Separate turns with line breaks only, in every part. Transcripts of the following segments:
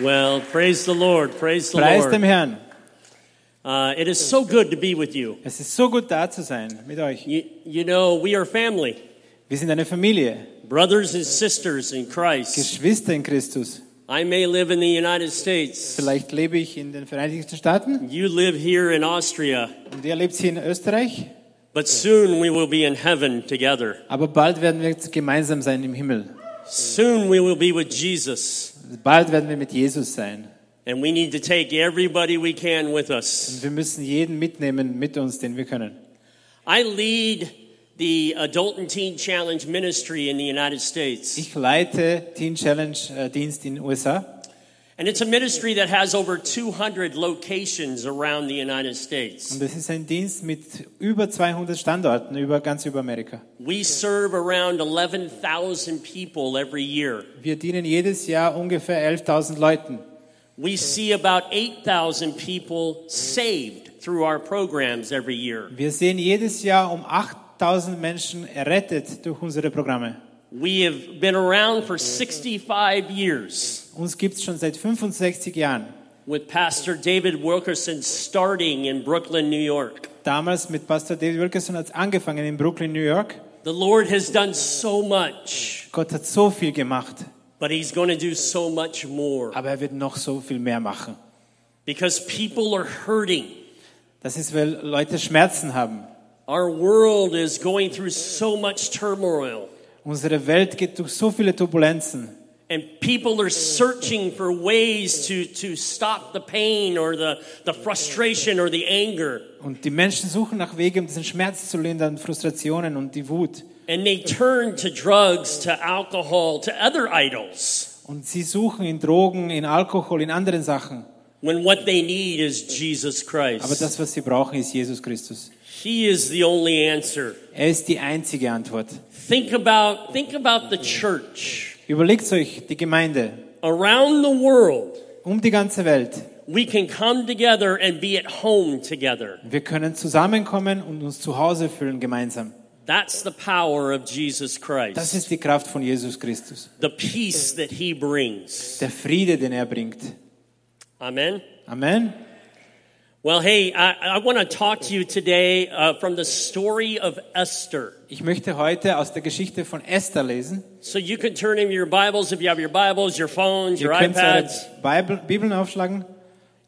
Well, praise the Lord, praise the
Preis
Lord.
dem Herrn.
Uh, it is so good to be with you.
Es ist so gut da zu sein mit euch.
you. You know, we are family,
Wir sind eine Familie,
brothers and sisters in Christ.
Geschwister in Christus.
I may live in the United States.
Vielleicht lebe ich in den Vereinigten Staaten
You live here in Austria,
und ihr lebt hier in Österreich,
but soon we will be in heaven together.
aber bald werden wir gemeinsam sein im Himmel.
Soon we will be with Jesus,
Bald werden wir mit Jesus sein.
and we need to take everybody we can with us.
Und wir müssen jeden mitnehmen mit uns, den wir können.
I lead the Adult and Teen Challenge Ministry in the United States,
Ich leite Teen Challenge äh, Dienst in den USA
and it's a ministry that has over 200 locations around the United States.
und das ist ein Dienst mit über 200 Standorten über ganz über Amerika.
We serve around 11,000 people every year.
Wir dienen jedes Jahr ungefähr 11.000 Leuten.
We see about 8,000 people saved through our programs every year.
Wir sehen jedes Jahr um 8000 Menschen errettet durch unsere Programme.
We have been around for 65 years
Uns gibt es schon seit 65 Jahren.
with Pastor David Wilkerson starting in Brooklyn, New York.
Damals mit Pastor David Wilkerson hat es angefangen in Brooklyn, New York.
The Lord has done so much,
Gott hat so viel gemacht,
but He's going to do so much more
aber er wird noch so viel mehr machen.
because people are hurting.
Das ist, weil Leute Schmerzen haben.
Our world is going through so much turmoil,
Unsere Welt geht durch so viele Turbulenzen.
and people are searching for ways to, to stop the pain or the, the frustration or the anger.
Und die Menschen suchen nach Wegen, um diesen Schmerz zu lindern, Frustrationen und die Wut.
And they turn to drugs, to alcohol, to other idols.
Und sie suchen in Drogen, in Alkohol, in anderen Sachen.
when what they need is Jesus
Aber
Christ.
das, was sie brauchen, ist Jesus Christus.
He is the only answer.
Er ist die einzige Antwort.
Think about think about the church
Überlegt euch die Gemeinde
around the world.
um die ganze Welt.
We can come together and be at home together.
Wir können zusammenkommen und uns zu Hause fühlen gemeinsam.
That's the power of Jesus
Das
Christ.
ist die Kraft von Jesus Christus.
The peace that he brings.
Der Friede, den er bringt.
Amen.
Amen.
Well, hey, I, I want to talk to you today uh, from the story of Esther.
Ich möchte heute aus der Geschichte von Esther lesen.
So you can turn in your Bibles if you have your Bibles, your phones,
Ihr
your
könnt eure
iPads.
Bibel, Bibeln aufschlagen.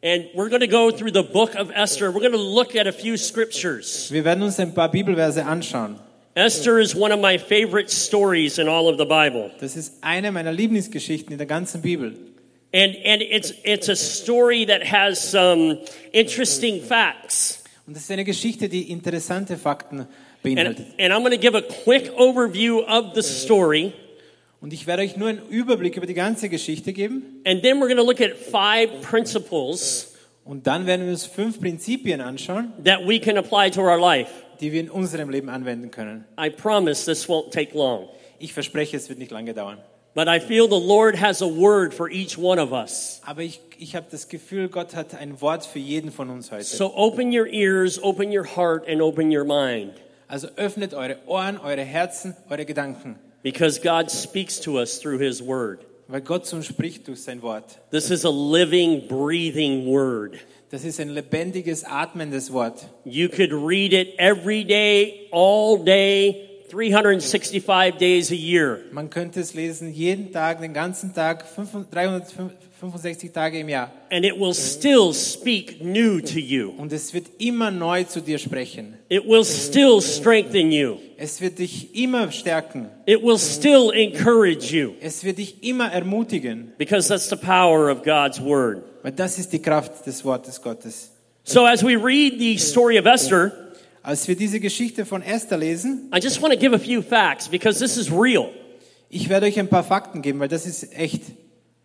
And we're going to go through the book of Esther. We're going to look at a few scriptures.
Wir werden uns ein paar Bibelverse anschauen.
Esther is one of my favorite stories in all of the Bible.
Das ist eine meiner Lieblingsgeschichten in der ganzen Bibel.
And, and it's, it's a story that has some interesting facts.
Und das ist eine Geschichte, die interessante Fakten
And,
beinhaltet.
and I'm going to give a quick overview of the story.
Und ich werde euch nur einen Überblick über die ganze Geschichte geben.
And then we're going to look at five principles
Und dann werden wir uns fünf Prinzipien anschauen,
that we can apply to our life.
die wir in unserem Leben anwenden können.
I promise this won't take long.
Ich verspreche, es wird nicht lange dauern.
But I feel the Lord has a word for each one of us.
Aber ich, ich habe das Gefühl, Gott hat ein Wort für jeden von uns heute.
So open your ears, open your heart, and open your mind.
Also öffnet eure Ohren, eure Herzen, eure Gedanken,
Because God speaks to us through His Word.
weil Gott zu uns spricht durch sein Wort.
This is a living, breathing Word.
Das ist ein lebendiges, atmendes Wort.
You could read it every day, all day, 365 days a year.
Man könnte es lesen jeden Tag, den ganzen Tag, 5 365 Tage im Jahr.
And it will still speak new to you.
Und es wird immer neu zu dir sprechen.
It will still strengthen you.
Es wird dich immer stärken.
It will still encourage you.
Es wird dich immer ermutigen.
Because that's the power of God's Word.
Weil das ist die Kraft des Wortes Gottes.
So as we read the story of Esther,
Als wir diese Geschichte von Esther lesen,
I just want to give a few facts because this is real.
ich werde euch ein paar Fakten geben, weil das ist echt.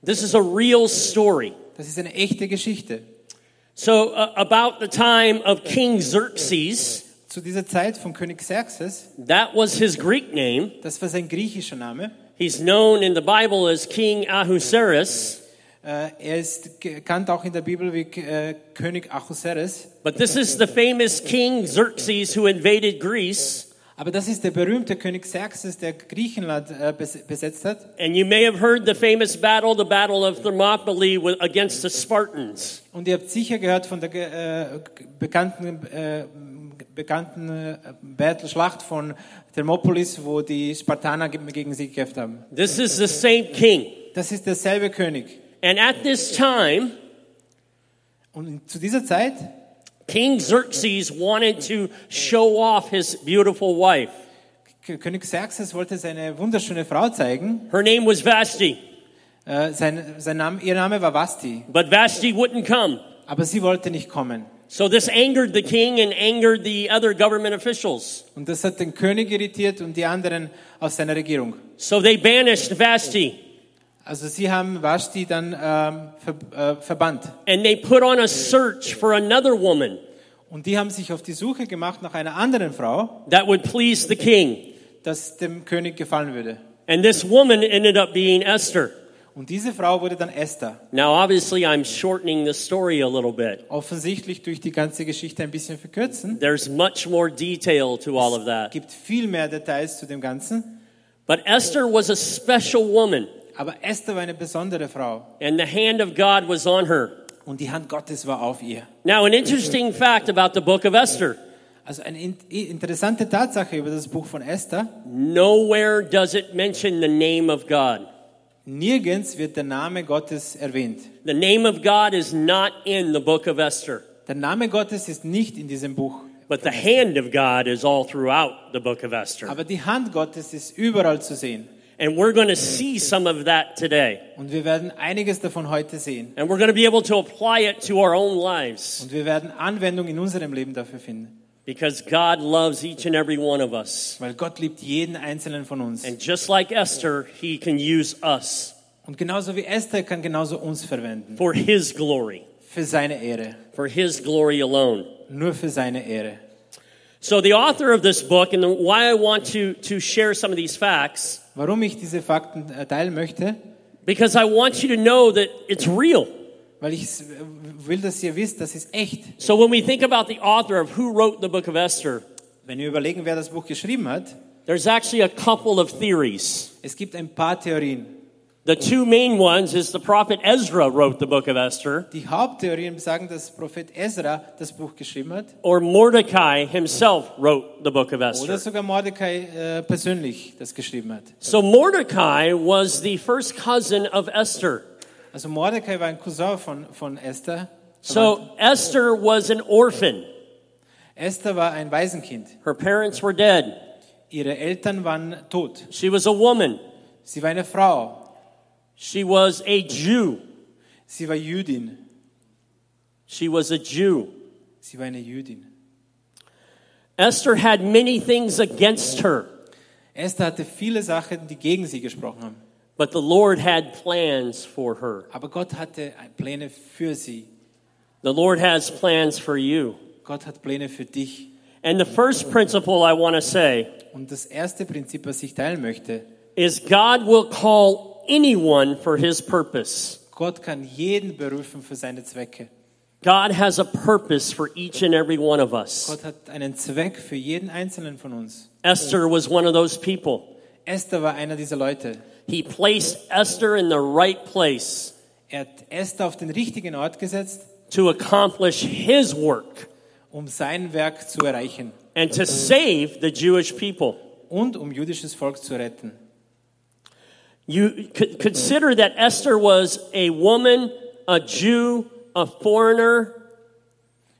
This is a real story.
Das ist eine echte Geschichte.
So, uh, about the time of King Xerxes,
Zu dieser Zeit von König Xerxes,
that was his Greek name.
das war sein griechischer Name,
He's known in the Bible as King Ahasuerus,
äh, er ist gekannt auch in der Bibel wie äh, König Achuseres,
but this is the famous King Xerxes who invaded Greece.
Aber das ist der berühmte König Xerxes, der Griechenland äh, bes- besetzt hat.
And you may have heard the famous battle, the Battle of Thermopylae with, against the Spartans.
Und ihr habt sicher gehört von der ge- äh, g- bekannten, äh, bekannten äh, Battle-Schlacht von Thermopolis, wo die Spartaner ge- gegen sie gekämpft haben.
This is the same king.
Das ist derselbe König.
And at this time,
Und in- zu dieser Zeit,
King Xerxes wanted to show off his beautiful wife.
K- König Xerxes wollte seine wunderschöne Frau zeigen.
Her name was Vashti,
Äh, sein, sein Name, ihr Name war Vasti,
but Vashti wouldn't come.
aber sie wollte nicht kommen.
So this angered the king and angered the other government officials.
Und das hat den König irritiert und die anderen aus seiner Regierung.
So they banished Vashti
Also sie haben Vashti dann ähm, ver, äh, verbannt.
and they put on a search for another woman
Und die haben sich auf die Suche gemacht nach einer anderen Frau,
that would please the king.
das dem König gefallen würde.
And this woman ended up being Esther.
Und diese Frau wurde dann Esther.
Now, obviously, I'm shortening the story a little bit.
Offensichtlich durch die ganze Geschichte ein bisschen verkürzen.
There's much more detail to all of that.
Gibt viel mehr Details zu dem Ganzen.
But Esther was a special woman,
Aber Esther war eine besondere Frau.
and the hand of God was on her.
Und die Hand Gottes war auf ihr.
Now, an interesting fact about the book of Esther
Also eine in- interessante Tatsache über das Buch von Esther.
nowhere does it mention the name of God.
Nirgends wird der Name Gottes erwähnt.
The name of God is not in the book of Esther,
Der Name Gottes ist nicht in diesem Buch.
but the hand of God is all throughout the book of Esther.
Aber die Hand Gottes ist überall zu sehen.
And we're going to see some of that today.
Und wir werden einiges davon heute sehen.
And we're going to be able to apply it to our own lives
Und wir werden Anwendung in unserem Leben dafür finden.
because God loves each and every one of us.
Weil Gott liebt jeden einzelnen von uns.
And just like Esther, he can use us
Und genauso wie Esther kann genauso uns verwenden.
for his glory,
Für seine Ehre.
for his glory alone.
Nur für seine Ehre.
So, the author of this book, and why I want to, to share some of these facts,
Warum ich diese Fakten äh, teilen möchte?
because I want you to know that it's real.
Weil ich s- will, dass ihr wisst, das ist echt.
So when we think about the author of who wrote the book of Esther,
Wenn ihr überlegen, wer das Buch geschrieben hat,
there's actually a couple of theories.
es gibt ein paar Theorien.
The two main ones is the prophet Ezra wrote the book of Esther,
Die Haupttheorien sagen, dass Prophet Ezra das Buch geschrieben hat.
or Mordecai himself wrote the book of
Oder
Esther.
sogar Mordecai äh, persönlich das geschrieben hat.
So Mordecai was the first cousin of Esther.
Also Mordecai war ein Cousin von, von Esther.
So Esther was an orphan.
Esther war ein Waisenkind.
Her parents were dead.
Ihre Eltern waren tot.
She was a woman.
Sie war eine Frau.
She was a Jew.
Sie war Jüdin.
She was a Jew.
Sie war eine Jüdin.
Esther had many things against her,
Esther hatte viele Sachen, die gegen sie gesprochen haben.
but the Lord had plans for her.
Aber Gott hatte Pläne für sie.
The Lord has plans for you.
Gott hat Pläne für dich.
And the first principle I want to say
Und das erste Prinzip, was ich teilen möchte,
is God will call anyone for his purpose.
Gott kann jeden berufen für seine Zwecke.
God has a purpose for each and every one of us.
Gott hat einen Zweck für jeden einzelnen von uns.
Esther was one of those people.
Esther war einer dieser Leute.
He placed Esther in the right place
Er hat Esther auf den richtigen Ort gesetzt,
to accomplish his work
um sein Werk zu erreichen
and to save the Jewish people.
und um jüdisches Volk zu retten.
You c- consider that Esther was a woman, a Jew, a foreigner,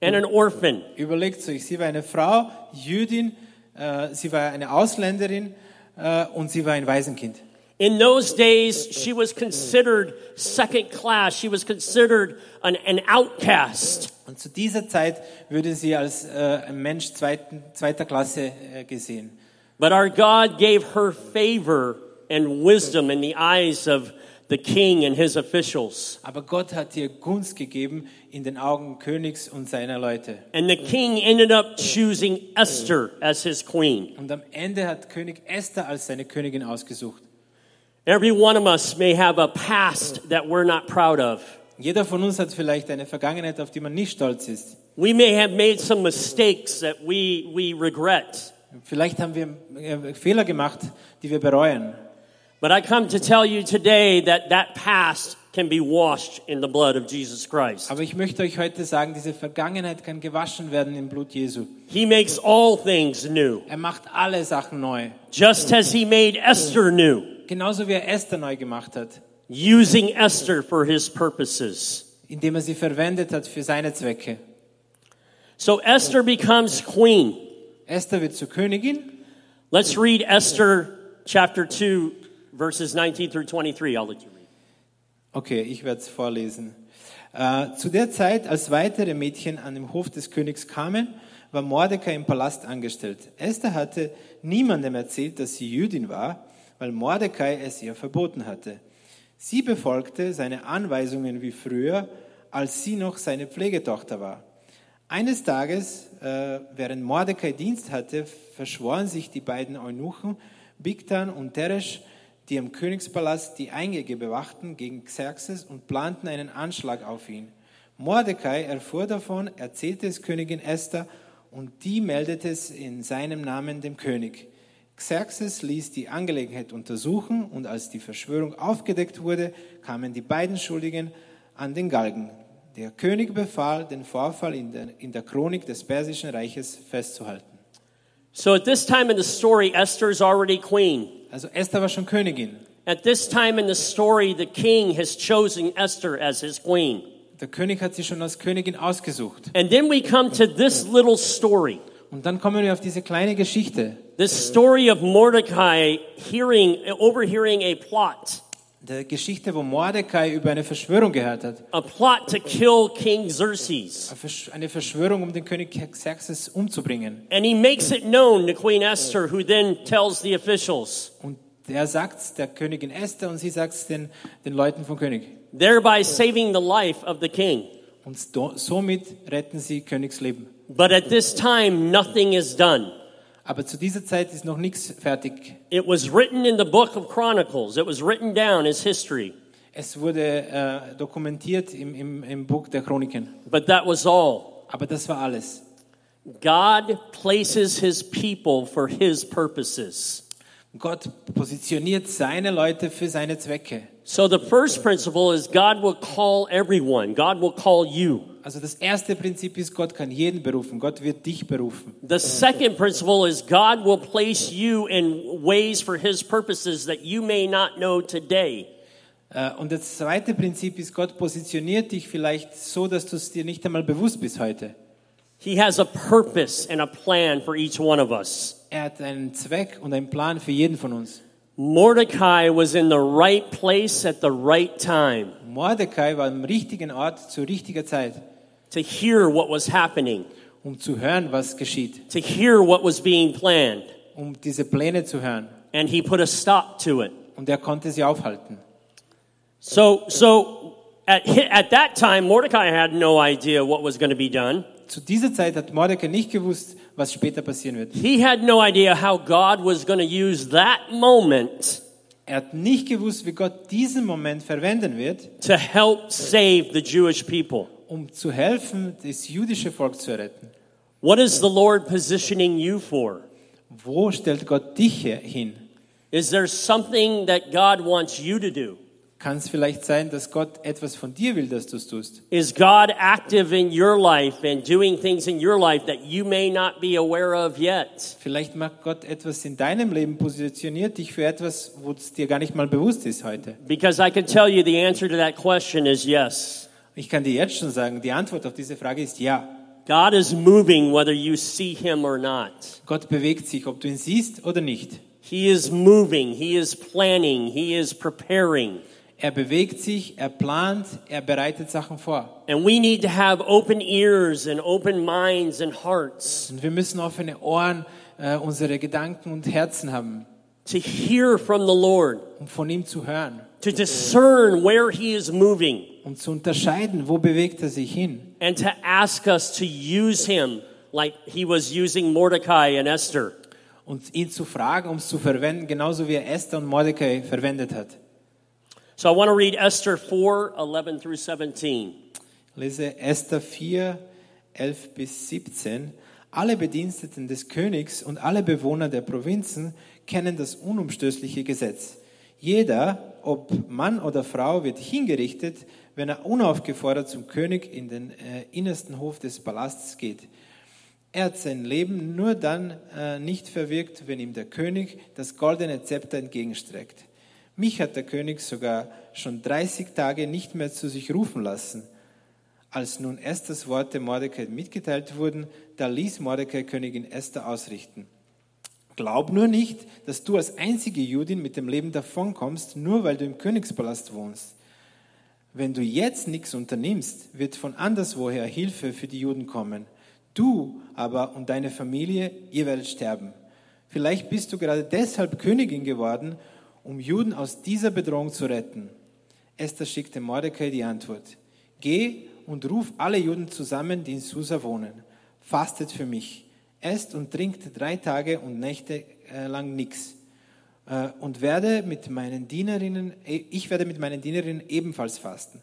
and an orphan.
Überlegt euch, sie war eine Frau, Jüdin, äh, sie war eine Ausländerin äh, und sie war ein Waisenkind.
In those days, she was considered second class. She was considered an, an outcast.
Und zu dieser Zeit würde sie als äh, ein Mensch zweiten, zweiter Klasse äh, gesehen.
But our God gave her favor and wisdom in the eyes of the king and his officials.
Aber Gott hat ihr Gunst gegeben in den Augen Königs und seiner Leute.
And the king ended up choosing Esther as his queen.
Und am Ende hat König Esther als seine Königin ausgesucht.
Every one of us may have a past that we're not proud of.
Jeder von uns hat vielleicht eine Vergangenheit, auf die man nicht stolz ist.
We may have made some mistakes that we, we regret.
Vielleicht haben wir äh, Fehler gemacht, die wir bereuen.
But I come to tell you today that that past can be washed in the blood of Jesus Christ.
Aber ich möchte euch heute sagen, diese Vergangenheit kann gewaschen werden im Blut Jesu.
He makes all things new,
Er macht alle Sachen neu.
just as he made Esther new,
Genauso wie er Esther neu gemacht hat,
using Esther for his purposes.
indem er sie verwendet hat für seine Zwecke.
So Esther becomes queen.
Esther wird zur Königin.
Let's read Esther chapter 2, verses 19 through 23. I'll let you read.
Okay, ich werde es vorlesen. Äh, zu der Zeit, als weitere Mädchen an dem Hof des Königs kamen, war Mordecai im Palast angestellt. Esther hatte niemandem erzählt, dass sie Jüdin war, weil Mordecai es ihr verboten hatte. Sie befolgte seine Anweisungen wie früher, als sie noch seine Pflegetochter war. Eines Tages, äh, während Mordecai Dienst hatte, verschworen sich die beiden Eunuchen, Bigtan und Teresh, die im Königspalast die Eingänge bewachten gegen Xerxes und planten einen Anschlag auf ihn. Mordecai erfuhr davon, erzählte es Königin Esther und die meldete es in seinem Namen dem König. Xerxes ließ die Angelegenheit untersuchen und als die Verschwörung aufgedeckt wurde, kamen die beiden Schuldigen an den Galgen. Der König befahl, den Vorfall in der, in der Chronik des Persischen Reiches festzuhalten.
So at this time in the story, Esther is already queen.
Also Esther war schon Königin.
At this time in the story, the king has chosen Esther as his queen.
Der König hat sie schon als Königin ausgesucht.
And then we come to this little story.
Und dann kommen wir auf diese kleine Geschichte.
This story of Mordecai hearing, overhearing a plot,
Der Geschichte, wo Mordecai über eine Verschwörung gehört hat.
a plot to kill King Xerxes.
Eine Verschwörung, um den König Xerxes umzubringen.
And he makes it known to Queen Esther, who then tells the officials,
Und er sagt's der Königin Esther und sie sagt's den, den Leuten vom König.
thereby saving the life of the king.
Und sto- somit retten sie Königsleben.
But at this time, nothing is done.
Aber zu dieser Zeit ist noch nichts fertig.
It was written in the book of Chronicles, it was written down as history.
Es wurde äh, dokumentiert im, im, im Buch der Chroniken.
But that was all.
Aber das war alles.
God places his people for his purposes.
Gott positioniert seine Leute für seine Zwecke.
So the first principle is God will call everyone. God will call you.
Also das erste Prinzip ist, Gott kann jeden berufen. Gott wird dich berufen.
The second principle is God will place you in ways for his purposes that you may not know today.
Äh, Und das zweite Prinzip ist, Gott positioniert dich vielleicht so, dass du es dir nicht einmal bewusst bist heute.
He has a purpose and a plan for each one of us.
Er hat einen Zweck und einen Plan für jeden von uns.
Mordecai was in the right place at the right time
Mordecai war am richtigen Ort zu richtiger Zeit,
to hear what was happening,
um zu hören, was geschieht,
to hear what was being planned,
um diese Pläne zu hören.
and he put a stop to it.
Und er konnte sie aufhalten.
So, so at, at that time, Mordecai had no idea what was going to be done.
Zu dieser Zeit hat Mordecai nicht gewusst, was später passieren wird.
He had no idea how God was going to use that moment
Er hat nicht gewusst, wie Gott diesen Moment verwenden wird,
to help save the Jewish people.
um zu helfen, das jüdische Volk zu retten.
What is the Lord positioning you for?
Wo stellt Gott dich her- hin?
Is there something that God wants you to do?
Kann es vielleicht sein, dass Gott etwas von dir will, dass du es tust?
Is God active in your life and doing things in your life that you may not be aware of yet?
Vielleicht macht Gott etwas in deinem Leben, positioniert dich für etwas, wo es dir gar nicht mal bewusst ist heute.
Because I can tell you the answer to that question is yes.
Ich kann dir jetzt schon sagen, die Antwort auf diese Frage ist ja.
God is moving whether you see him or not.
Gott bewegt sich, ob du ihn siehst oder nicht.
He is moving, he is planning, he is preparing.
Er bewegt sich, er plant, er bereitet Sachen vor.
And we need to have open ears and open minds and hearts
Und wir müssen offene Ohren, äh, unsere Gedanken und Herzen haben,
to hear from the Lord,
um von ihm zu hören
to discern where he is moving,
und zu unterscheiden, wo bewegt er sich hin.
and to ask us to use him like he was using Mordecai and Esther.
Und ihn zu fragen, um es zu verwenden, genauso wie er Esther und Mordecai verwendet hat.
So I want to read Esther 4 11 through 17.
Lese Esther 4, 11 bis 17. Alle Bediensteten des Königs und alle Bewohner der Provinzen kennen das unumstößliche Gesetz. Jeder, ob Mann oder Frau, wird hingerichtet, wenn er unaufgefordert zum König in den äh, innersten Hof des Palasts geht. Er hat sein Leben nur dann äh, nicht verwirkt, wenn ihm der König das goldene Zepter entgegenstreckt. Mich hat der König sogar schon 30 Tage nicht mehr zu sich rufen lassen. Als nun Esthers Worte Mordecai mitgeteilt wurden, da ließ Mordecai Königin Esther ausrichten. Glaub nur nicht, dass du als einzige Judin mit dem Leben davonkommst, nur weil du im Königspalast wohnst. Wenn du jetzt nichts unternimmst, wird von anderswoher Hilfe für die Juden kommen. Du aber und deine Familie, ihr werdet sterben. Vielleicht bist du gerade deshalb Königin geworden, um Juden aus dieser Bedrohung zu retten. Esther schickte Mordecai die Antwort. Geh und ruf alle Juden zusammen, die in Susa wohnen. Fastet für mich. Esst und trinkt drei Tage und Nächte äh, lang nichts. Äh, und werde mit meinen Dienerinnen, äh, ich werde mit meinen Dienerinnen ebenfalls fasten.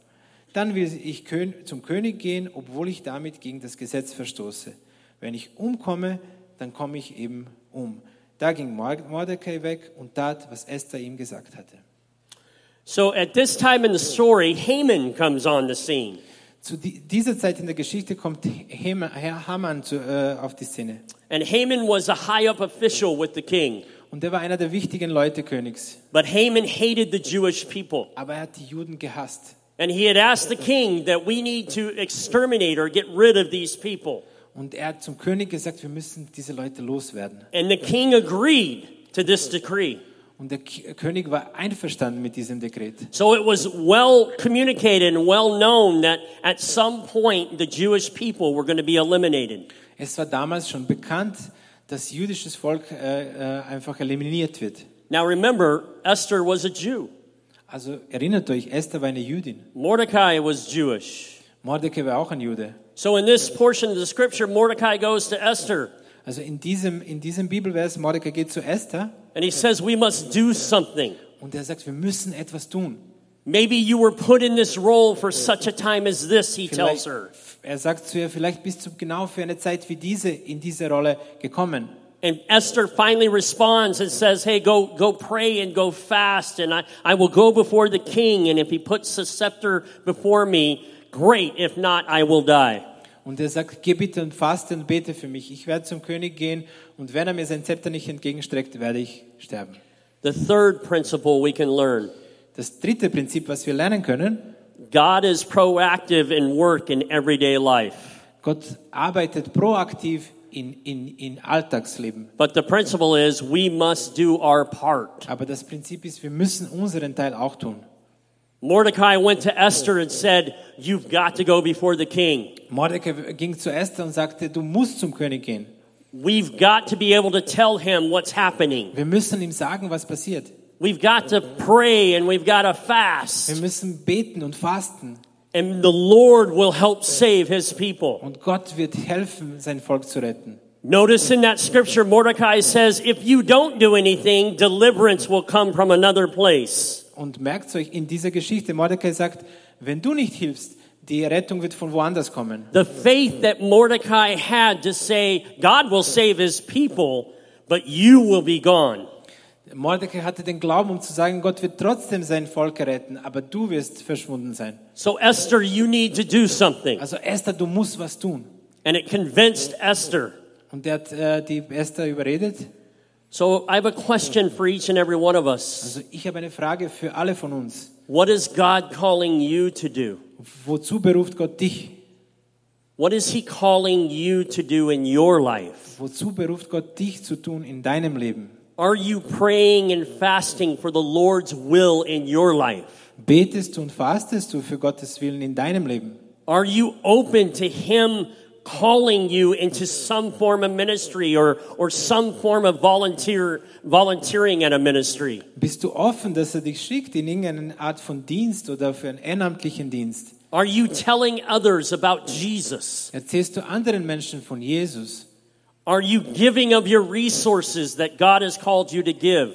Dann will ich Kön- zum König gehen, obwohl ich damit gegen das Gesetz verstoße. Wenn ich umkomme, dann komme ich eben um. Da ging Mor- Mordecai weg und tat, was Esther ihm gesagt hatte.
So at this time in the story, Haman comes on the scene.
Zu di- dieser Zeit in der Geschichte kommt Hem- Herr Haman zu, äh, auf die Szene.
And Haman was a high up official with the king.
Und er war einer der wichtigen Leute Königs.
But Haman hated the Jewish people.
Aber er hat die Juden gehasst.
And he had asked the king that we need to exterminate or get rid of these people.
Und er hat zum König gesagt, wir müssen diese Leute loswerden.
And the king agreed to this decree.
Und der K König war einverstanden mit diesem Dekret.
So it was well communicated and well known that at some point the Jewish people were going to be eliminated.
Es war damals schon bekannt, dass jüdisches Volk äh, äh, einfach eliminiert wird.
Now remember, Esther was a Jew.
Also erinnert euch, Esther war eine Jüdin.
Mordecai was Jewish.
Mordecai war auch ein Jude.
So in this portion of the scripture, Mordecai goes to Esther
Also in diesem, in diesem Bibelvers, Mordecai geht zu Esther
and he says, We must do something.
und er sagt, wir müssen etwas tun.
Maybe you were put in this role for such a time as this, he tells
Vielleicht,
her.
er sagt zu ihr, vielleicht bist du genau für eine Zeit wie diese in diese Rolle gekommen.
And Esther finally responds and says, Hey, go, go pray and go fast, and I, I will go before the king, and if he puts the scepter before me, great. If not, I will die.
Und er sagt, geh bitte und faste und bete für mich. Ich werde zum König gehen und wenn er mir sein Zepter nicht entgegenstreckt, werde ich sterben.
The third principle we can learn
Das dritte Prinzip, was wir lernen können,
God is proactive in work in everyday life.
Gott arbeitet proaktiv in, in, in Alltagsleben.
But the principle is we must do our part.
Aber das Prinzip ist, wir müssen unseren Teil auch tun.
Mordecai went to Esther and said, You've got to go before the king.
Mordecai ging zu Esther und sagte, du musst zum König gehen.
We've got to be able to tell him what's happening.
Wir müssen ihm sagen, was passiert.
We've got to pray and we've got to
Wir
fast.
müssen beten und fasten.
And the Lord will help save his people.
Und Gott wird helfen, sein Volk zu retten.
Notice in that scripture, Mordecai says, If you don't do anything, deliverance will come from another place.
Und merkt euch, in dieser Geschichte, Mordecai sagt, wenn du nicht hilfst, die Rettung wird von woanders kommen.
The faith that Mordecai had to say, God will save his people, but you will be gone.
Mordecai hatte den Glauben, um zu sagen, Gott wird trotzdem sein Volk retten, aber du wirst verschwunden sein.
So, Esther, you need to do something.
Also Esther, du musst was tun.
And it convinced Esther.
Und er hat äh, die Esther überredet.
So, I have a question for each and every one of us.
Also ich habe eine Frage für alle von uns.
What is God calling you to do?
Wozu beruft Gott dich?
What is he calling you to do in your life?
Wozu beruft Gott dich zu tun in deinem Leben?
Are you praying and fasting for the Lord's will in your life?
Betest du und fastest du für Gottes Willen in deinem Leben?
Are you open to him calling you into some form of ministry or, or some form of volunteer volunteering at a ministry?
Bist du offen, dass er dich schickt in irgendeine Art von Dienst oder für einen ehrenamtlichen Dienst?
Are you telling others about Jesus?
Erzählst du anderen Menschen von Jesus?
Are you giving of your resources that God has called you to give?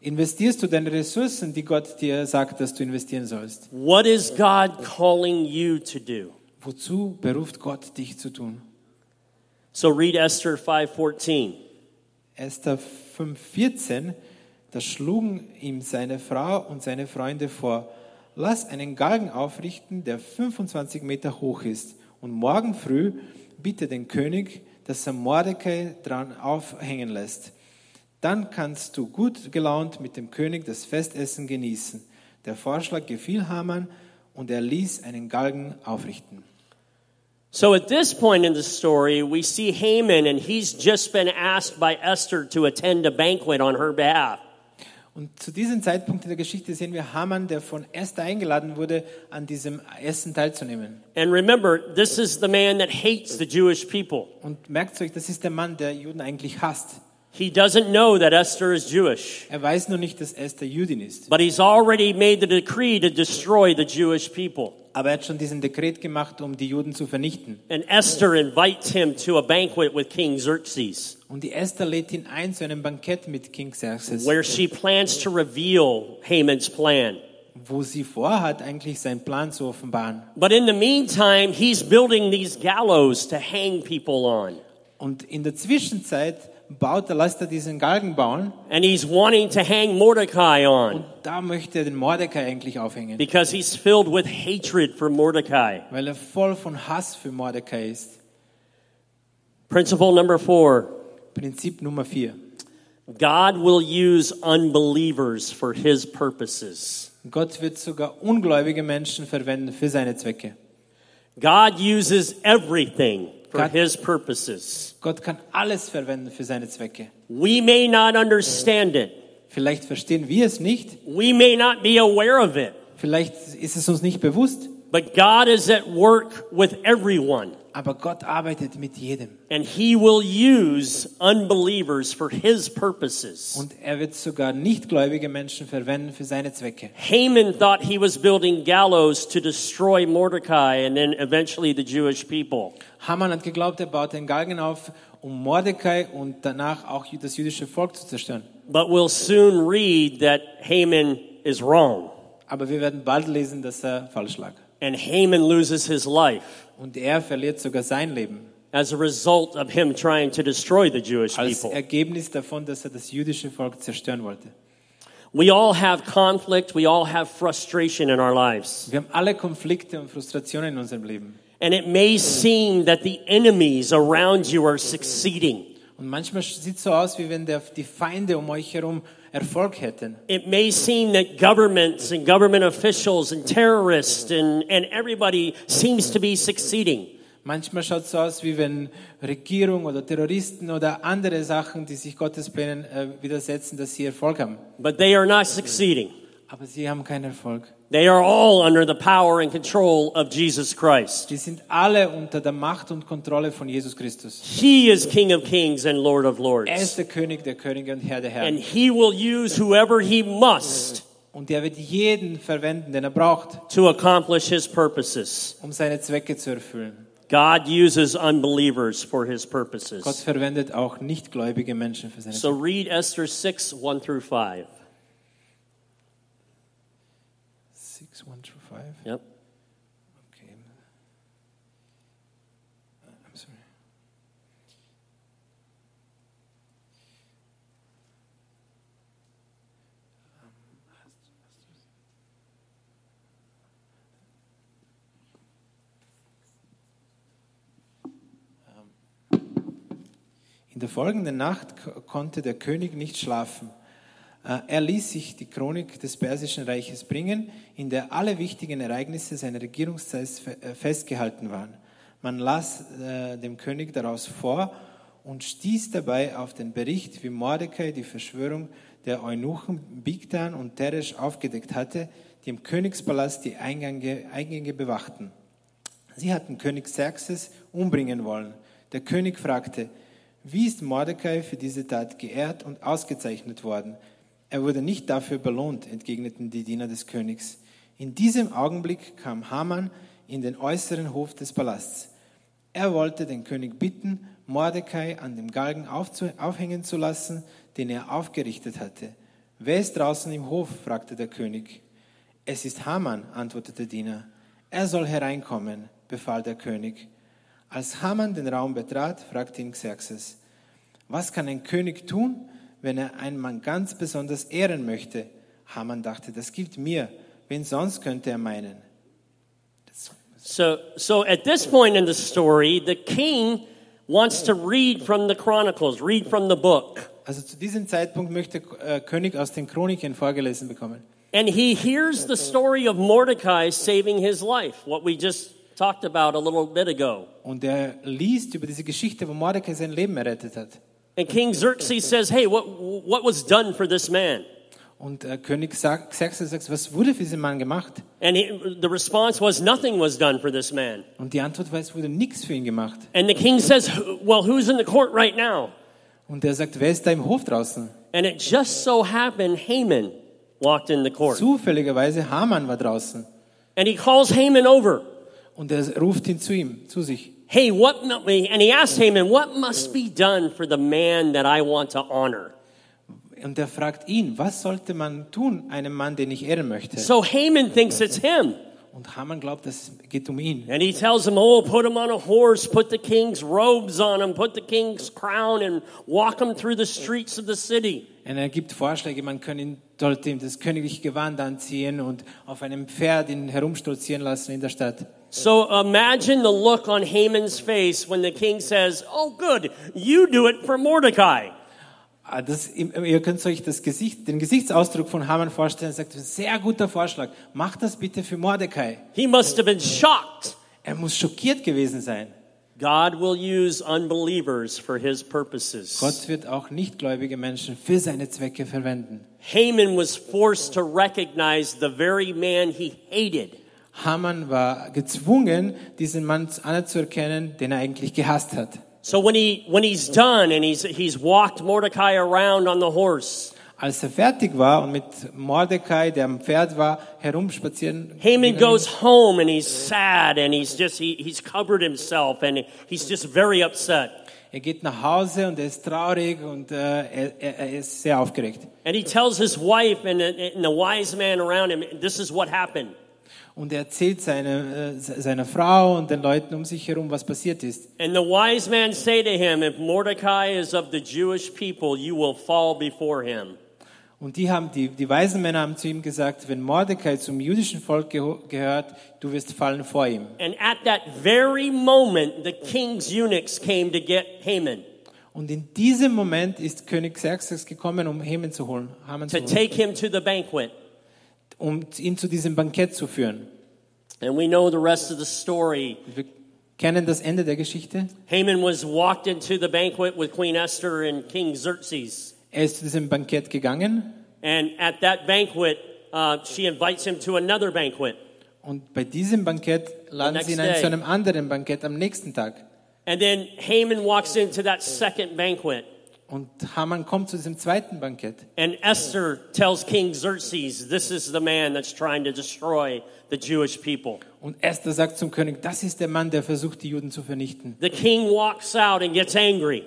Investierst du deine Ressourcen, die Gott dir sagt, dass du investieren sollst?
What is God calling you to do?
Wozu beruft Gott dich zu tun?
So read Esther 5:14.
Esther 5,14, da schlugen ihm seine Frau und seine Freunde vor, lass einen Galgen aufrichten, der 25 Meter hoch ist, und morgen früh bitte den König, dass er Mordecai dran aufhängen lässt. Dann kannst du gut gelaunt mit dem König das Festessen genießen. Der Vorschlag gefiel Haman und er ließ einen Galgen aufrichten.
So at this point in the story, we see Haman, and he's just been asked by Esther to attend a banquet on her behalf.
Und zu diesem Zeitpunkt in der Geschichte sehen wir Haman, der von Esther eingeladen wurde, an diesem Essen teilzunehmen.
And remember, this is the man that hates the Jewish people.
Und merkt euch, das ist der Mann, der Juden eigentlich hasst.
He doesn't know that Esther is Jewish,
Er weiß nur nicht, dass Esther Jüdin ist.
but he's already made the decree to destroy the Jewish people.
Aber er hat schon diesen Dekret gemacht, um die Juden zu vernichten.
And Esther invites him to a banquet with King Xerxes,
Und die Esther lädt ihn ein zu einem Bankett mit King Xerxes,
where she plans to reveal Haman's plan.
wo sie vorhat, eigentlich seinen Plan zu offenbaren.
But in the meantime, he's building these gallows to hang people on.
Und in der Zwischenzeit baut er, lässt er diesen Galgen bauen
And he's wanting to hang Mordecai
und
on
da möchte er den Mordecai eigentlich aufhängen,
because he's filled with hatred for Mordecai.
weil er voll von Hass für Mordecai ist.
Principle number four
Prinzip Nummer vier.
God will use unbelievers for his purposes.
Gott wird sogar ungläubige Menschen verwenden für seine Zwecke.
God uses everything for
God-
his purposes.
Gott kann alles verwenden für seine Zwecke.
We may not understand it,
Vielleicht verstehen wir es nicht,
we may not be aware of it,
vielleicht ist es uns nicht bewusst,
but God is at work with everyone,
aber Gott arbeitet mit jedem.
and he will use unbelievers for his purposes.
Und er wird sogar nichtgläubige Menschen verwenden für seine Zwecke.
Haman thought he was building gallows to destroy Mordecai and then eventually the Jewish people.
Haman hat geglaubt, er baut den Galgen auf, um Mordecai und danach auch das jüdische Volk zu zerstören.
But we'll soon read that Haman is wrong
Aber wir werden bald lesen, dass er falsch lag.
and Haman loses his life
Und er verliert sogar sein Leben
as a result of him trying to destroy the Jewish
als
people.
Ergebnis davon, dass er das jüdische Volk zerstören wollte.
We all have conflict, we all have frustration in our lives.
Wir haben alle Konflikte und Frustrationen in unserem Leben.
And it may seem that the enemies around you are succeeding.
Und manchmal sieht es so aus, wie wenn der, die Feinde um euch herum Erfolg hätten.
It may seem that governments and government officials and terrorists and, and everybody seems to be succeeding.
Manchmal schaut es so aus, wie wenn Regierung oder Terroristen oder andere Sachen, die sich Gottes Plänen äh, widersetzen, dass sie Erfolg haben.
But they are not succeeding.
Aber sie haben keinen Erfolg.
They are all under the power and control of Jesus Christ.
Die sind alle unter der Macht und Kontrolle von Jesus Christus.
He is King of Kings and Lord of
Er ist
Lords.
der König der Könige und Herr der
And
Herren.
he will use whoever he must
Und er wird jeden verwenden, den er braucht,
to accomplish his purposes.
um seine Zwecke zu erfüllen.
God uses unbelievers for his
Gott
purposes.
verwendet auch nichtgläubige Menschen für seine
So
Zwecke.
read Esther 6 1 through 5.
Six, one through five.
Yep.
Okay. Uh, I'm sorry. Um, Um, In der folgenden Nacht k- konnte der König nicht schlafen. Äh, Er ließ sich die Chronik des Persischen Reiches bringen, in der alle wichtigen Ereignisse seiner Regierungszeit fe- äh, festgehalten waren. Man las äh, dem König daraus vor und stieß dabei auf den Bericht, wie Mordecai die Verschwörung der Eunuchen Bigtan und Teresh aufgedeckt hatte, die im Königspalast die Eingänge, Eingänge bewachten. Sie hatten König Xerxes umbringen wollen. Der König fragte, wie ist Mordecai für diese Tat geehrt und ausgezeichnet worden? Er wurde nicht dafür belohnt, entgegneten die Diener des Königs. In diesem Augenblick kam Haman in den äußeren Hof des Palasts. Er wollte den König bitten, Mordecai an dem Galgen aufzu- aufhängen zu lassen, den er aufgerichtet hatte. Wer ist draußen im Hof? fragte der König. Es ist Haman, antwortete Diener. Er soll hereinkommen, befahl der König. Als Haman den Raum betrat, fragte ihn Xerxes, was kann ein König tun, wenn er einen Mann ganz besonders ehren möchte? Haman dachte, das gilt mir. Wen sonst könnte er meinen?
So, so at this point in the story, the king wants to read from the Chronicles, read from the book.
Also zu diesem Zeitpunkt möchte äh, König aus den Chroniken vorgelesen bekommen.
And he hears the story of Mordecai saving his life, what we just talked about a little bit ago.
Und er liest über diese Geschichte, wo Mordecai sein Leben errettet hat.
And King Xerxes says, Hey, what, what was done for this man?
Und äh, König sagt- Xerxes sagt, was wurde für diesen Mann gemacht?
And he, the response was, Nothing was done for this man.
Und die Antwort war, es wurde nichts für ihn gemacht.
And the king says, "Who- Well, who's in the court right now?
Und er sagt, wer ist da im Hof draußen?
And it just so happened Haman walked in the court.
Zufälligerweise Haman war draußen.
And he calls Haman over.
Und er ruft ihn zu ihm, zu sich.
Hey, what, mu- and he asked Haman, What must be done for the man that I want to honor?
Und er fragt ihn, was sollte man tun, einem Mann, den ich ehren möchte?
So Haman thinks it's him.
Und Haman glaubt, es geht um ihn.
And he tells him, Oh, put him on a horse, put the king's robes on him, put the king's crown, and walk him through the streets of the city.
Und er gibt Vorschläge, man kann ihn, sollte ihm das königliche Gewand anziehen und auf einem Pferd ihn herumstolzieren lassen in der Stadt.
So imagine the look on Haman's face when the king says, Oh, good, you do it for Mordecai.
Ah, Das, ihr könnt euch das Gesicht, den Gesichtsausdruck von Haman vorstellen. Er sagt, sehr guter Vorschlag, mach das bitte für Mordecai.
He must have been shocked.
Er muss schockiert gewesen sein.
God will use unbelievers for his purposes.
Gott wird auch nichtgläubige Menschen für seine Zwecke verwenden.
Haman was forced to recognize the very man he hated.
Haman war gezwungen, diesen Mann anzuerkennen, den er eigentlich gehasst hat.
So when he when he's done and he's he's walked Mordecai around on the horse,
Als er fertig war und mit Mordecai, der am Pferd war, herumspazieren,
Haman goes home and he's sad and he's just he, he's covered himself and he's just very upset.
er geht nach Hause und er ist traurig und äh, er, er, er ist sehr aufgeregt.
And he tells his wife and, and the wise man around him, this is what happened.
Und er erzählt seine, äh, se- seiner Frau und den Leuten um sich herum, was passiert ist.
And the wise man say to him, if Mordecai is of the Jewish people, you will fall before him.
Und die haben, die, die weisen Männer haben zu ihm gesagt, wenn Mordecai zum jüdischen Volk geho- gehört, du wirst fallen vor ihm.
And at that very moment, the king's eunuchs came to get Haman
Und in diesem Moment ist König Xerxes gekommen, um Haman zu holen, Haman zu
to
holen
take him to the banquet.
um ihn zu diesem Bankett zu führen.
And we know the rest of the story.
Wir kennen das Ende der Geschichte.
Haman was walked into the banquet with Queen Esther and King Xerxes.
Er ist zu diesem Bankett gegangen
And at that banquet, uh, she invites him to another banquet.
und bei diesem Bankett laden
next
sie ihn ein
day.
zu einem anderen Bankett am nächsten Tag.
And then Haman walks into that second banquet.
Und Haman kommt zu diesem zweiten Bankett.
And Esther tells King Xerxes, This is the man that's trying to destroy the Jewish people.
Und Esther sagt zum König, das ist der Mann, der versucht, die Juden zu vernichten.
The king walks out and gets angry.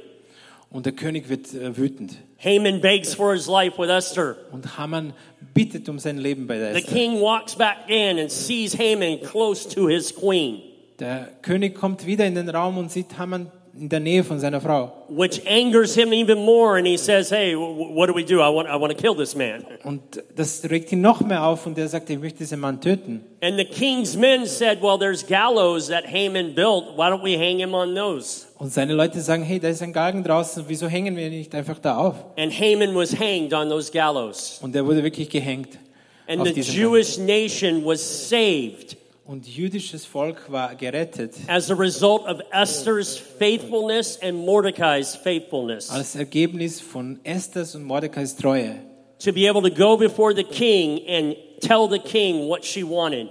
Und der König wird äh, wütend.
Haman begs for his life with Esther.
Und Haman bittet um sein Leben bei der
The
Esther.
king walks back in and sees Haman close to his queen,
Der König kommt wieder in den Raum und sieht Haman in der Nähe von seiner Frau.
which angers him even more. And he says, Hey, w- w- what do we do? I want, I want to kill this man.
Und das regt ihn noch mehr auf und er sagt, ich möchte diesen Mann töten.
And the king's men said, Well, there's gallows that Haman built. Why don't we hang him on those?
Und seine Leute sagen, hey, da ist ein Galgen draußen, wieso hängen wir ihn nicht einfach da auf?
And Haman was hanged on those gallows.
Und er wurde wirklich gehängt.
And
auf
the
diesem
Jewish nation was saved
Galgen. Und jüdisches Volk war gerettet
as a result of Esther's faithfulness and Mordecai's faithfulness.
als Ergebnis von Esthers und Mordecais Treue.
To be able to go before the king and tell the king what she wanted.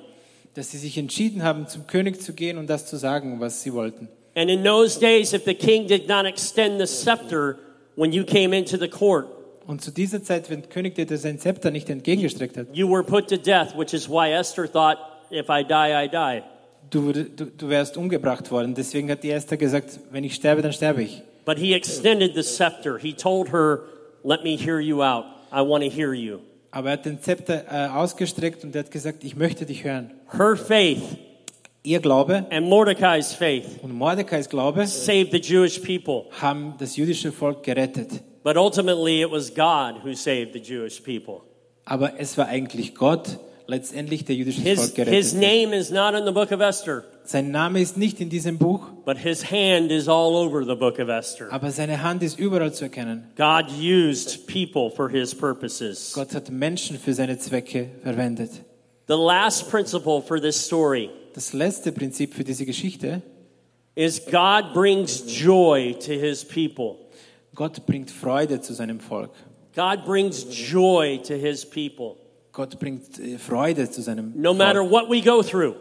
Dass sie sich entschieden haben, zum König zu gehen und das zu sagen, was sie wollten.
And in those days, if the king did not extend the scepter when you came into the court,
Und zu dieser Zeit, wenn König dir sein Zepter nicht entgegengestreckt hat,
you were put to death, which is why Esther thought, If I die, I die.
du, wurde- du, du wärst umgebracht worden. Deswegen hat die Esther gesagt, wenn ich sterbe, dann sterbe ich.
But he extended the scepter. He told her, Let me hear you out. I want to hear you.
Aber er hat den Zepter äh, ausgestreckt und er hat gesagt, ich möchte dich hören.
Her faith
Ihr Glaube
and Mordecai's faith
und Mordecais Glaube
saved the Jewish people.
haben das jüdische Volk gerettet.
But ultimately, it was God who saved the Jewish people.
Aber es war eigentlich Gott, letztendlich der jüdische
His,
Volk gerettet.
his name is not in the book of Esther,
Sein Name ist nicht in diesem Buch,
but his hand is all over the book of Esther.
aber seine Hand ist überall zu erkennen.
God used people for his purposes.
Gott hat Menschen für seine Zwecke verwendet.
The last principle for this story
Das letzte Prinzip für diese Geschichte,
is God brings joy to his people.
Gott bringt Freude zu seinem Volk.
God brings joy to his people.
Gott bringt äh, Freude zu seinem
No matter
Volk.
what we go through,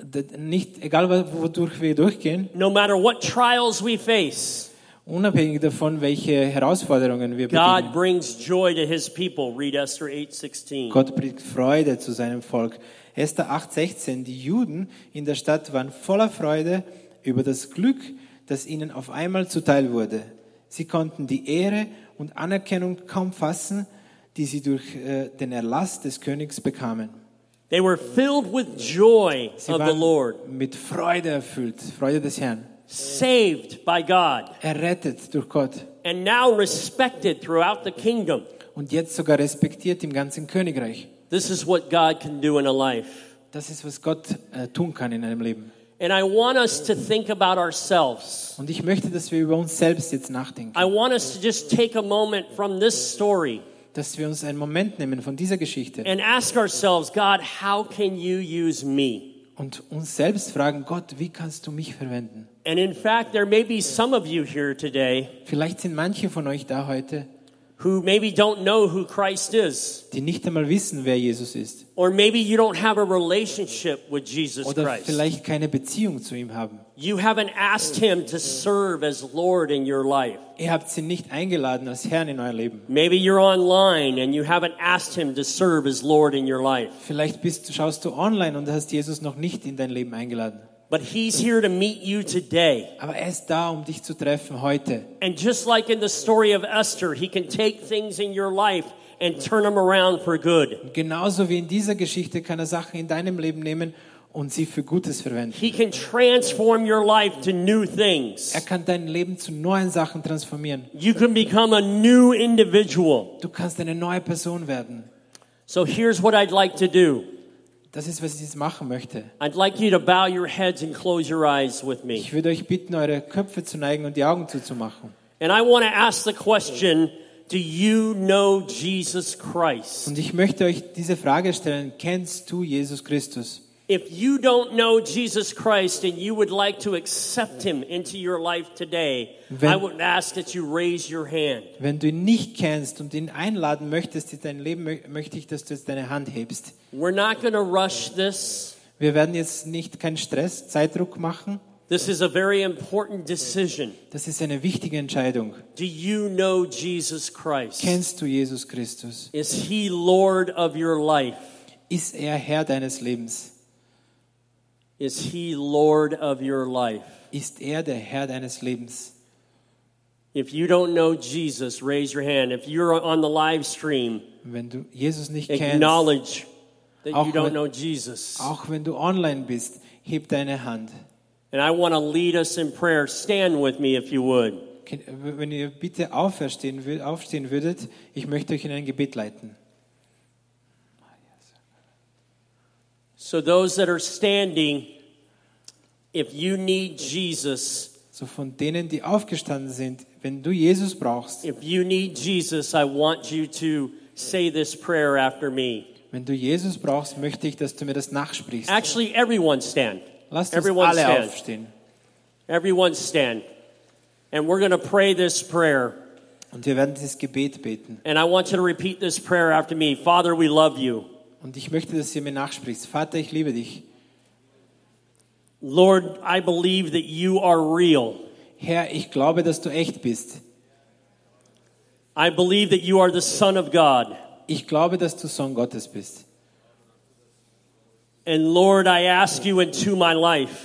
D- Nicht, egal wa- wodurch wir durchgehen,
no matter what trials we face,
unabhängig davon, welche Herausforderungen wir
God
begegnen.
brings joy to his people. Read Esther 8:16.
Gott bringt Freude zu seinem Volk. Esther 8,16, die Juden in der Stadt waren voller Freude über das Glück, das ihnen auf einmal zuteil wurde. Sie konnten die Ehre und Anerkennung kaum fassen, die sie durch äh, den Erlass des Königs bekamen.
They were filled with joy
Sie
of the Lord,
waren mit Freude erfüllt, Freude des Herrn,
saved by God,
errettet durch Gott
and now respected throughout the kingdom.
und jetzt sogar respektiert im ganzen Königreich.
This is what God can do in a life.
Das ist, was Gott äh, tun kann in einem Leben.
And I want us to think about ourselves.
Und ich möchte, dass wir über uns selbst jetzt nachdenken.
I want us to just take a moment from this story
dass wir uns einen Moment nehmen von dieser Geschichte
and ask ourselves, God, how can you use me?
und uns selbst fragen, Gott, wie kannst du mich verwenden?
And in fact, there may be some of you here today
Vielleicht sind manche von euch da heute,
who maybe don't know who Christ is,
die nicht einmal wissen, wer Jesus ist
or maybe you don't have a relationship with Jesus
oder
Christ.
vielleicht keine Beziehung zu ihm haben.
You haven't asked him to serve as Lord in your life.
Ihr habt sie nicht eingeladen als Herrn in euer Leben.
Maybe you're online and you haven't asked him to serve as Lord in your life.
Vielleicht bist, schaust du online und hast Jesus noch nicht in dein Leben eingeladen.
But he's here to meet you today.
Aber er ist da, um dich zu treffen heute.
And just like in the story of Esther, he can take things in your life and turn them around for good.
Genauso wie in dieser Geschichte kann er Sachen in deinem Leben nehmen und sie für Gutes verwenden.
He can transform your life to new things.
Er kann dein Leben zu neuen Sachen transformieren.
You can become a new individual.
Du kannst eine neue Person werden.
So here's what I'd like to do.
Das ist, was ich jetzt machen möchte.
I'd like you to bow your heads and close your eyes with me.
Ich würde euch bitten, eure Köpfe zu neigen und die Augen zuzumachen.
And I want to ask the question, do you know Jesus Christ?
Und ich möchte euch diese Frage stellen, kennst du Jesus Christus?
If you don't know Jesus Christ and you would like to accept him into your life today,
Wenn-
I would ask that you raise your hand.
Wenn du ihn nicht kennst und ihn einladen möchtest in dein Leben, mö- möchte ich, dass du jetzt deine Hand hebst.
We're not going to rush this.
Wir werden jetzt nicht keinen Stress, Zeitdruck machen.
This is a very important decision.
Das ist eine wichtige Entscheidung.
Do you know Jesus Christ?
Kennst du Jesus Christus?
Is he Lord of your life?
Ist er Herr deines Lebens?
Is he Lord of your life?
Ist er der Herr deines Lebens?
If you don't know Jesus, raise your hand. If you're on the live stream,
Wenn du Jesus nicht kennst,
acknowledge that
Auch
you don't
wenn-
know Jesus.
Auch wenn du online bist, heb deine Hand.
And I want to lead us in prayer. Stand with me if you would.
Ken- Wenn ihr bitte auferstehen, wür- aufstehen würdet, ich möchte euch in ein Gebet leiten.
So, those that are standing, if you need Jesus,
So von denen, die aufgestanden sind, wenn du Jesus brauchst,
if you need Jesus, I want you to say this prayer after me.
wenn du Jesus brauchst, möchte ich, dass du mir das nachsprichst.
Actually, everyone stand.
Lasst uns
Everyone
alle
stand.
aufstehen.
Everyone stand. And we're going to pray this prayer.
Und wir werden dieses Gebet beten.
And I want you to repeat this prayer after me. Father, we love you.
Und ich möchte, dass ihr mir nachsprichst. Vater, ich liebe dich.
Lord, I believe that you are real.
Herr, ich glaube, dass du echt bist.
I believe that you are the Son of God.
Ich glaube, dass du Sohn Gottes bist.
And Lord, I ask you into my life.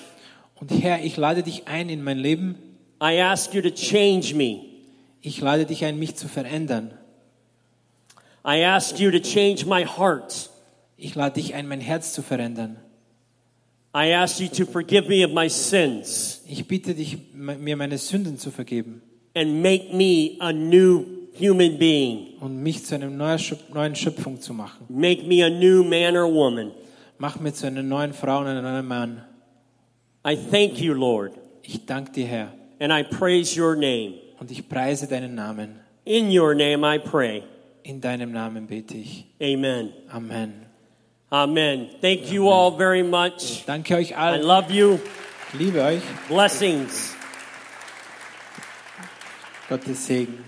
Und Herr, ich lade dich ein in mein Leben.
I ask you to change me.
Ich lade dich ein, mich zu verändern.
I ask you to change my heart.
Ich lade dich ein, mein Herz zu verändern.
I ask you to forgive me of my sins
Ich bitte dich, me- mir meine Sünden zu vergeben
and make me a new human being.
und mich zu einer neuen Schöp- neuen Schöpfung zu machen.
Make me a new man or woman.
Mach mir zu einer neuen Frau und einem neuen Mann.
I thank you, Lord,
Ich danke dir, Herr,
and I praise your name.
und ich preise deinen Namen.
In your name I pray.
In deinem Namen bete ich.
Amen.
Amen.
Amen. Thank you all very much.
Danke euch
I
allen.
love you.
Liebe euch.
Blessings.
Gottes Segen.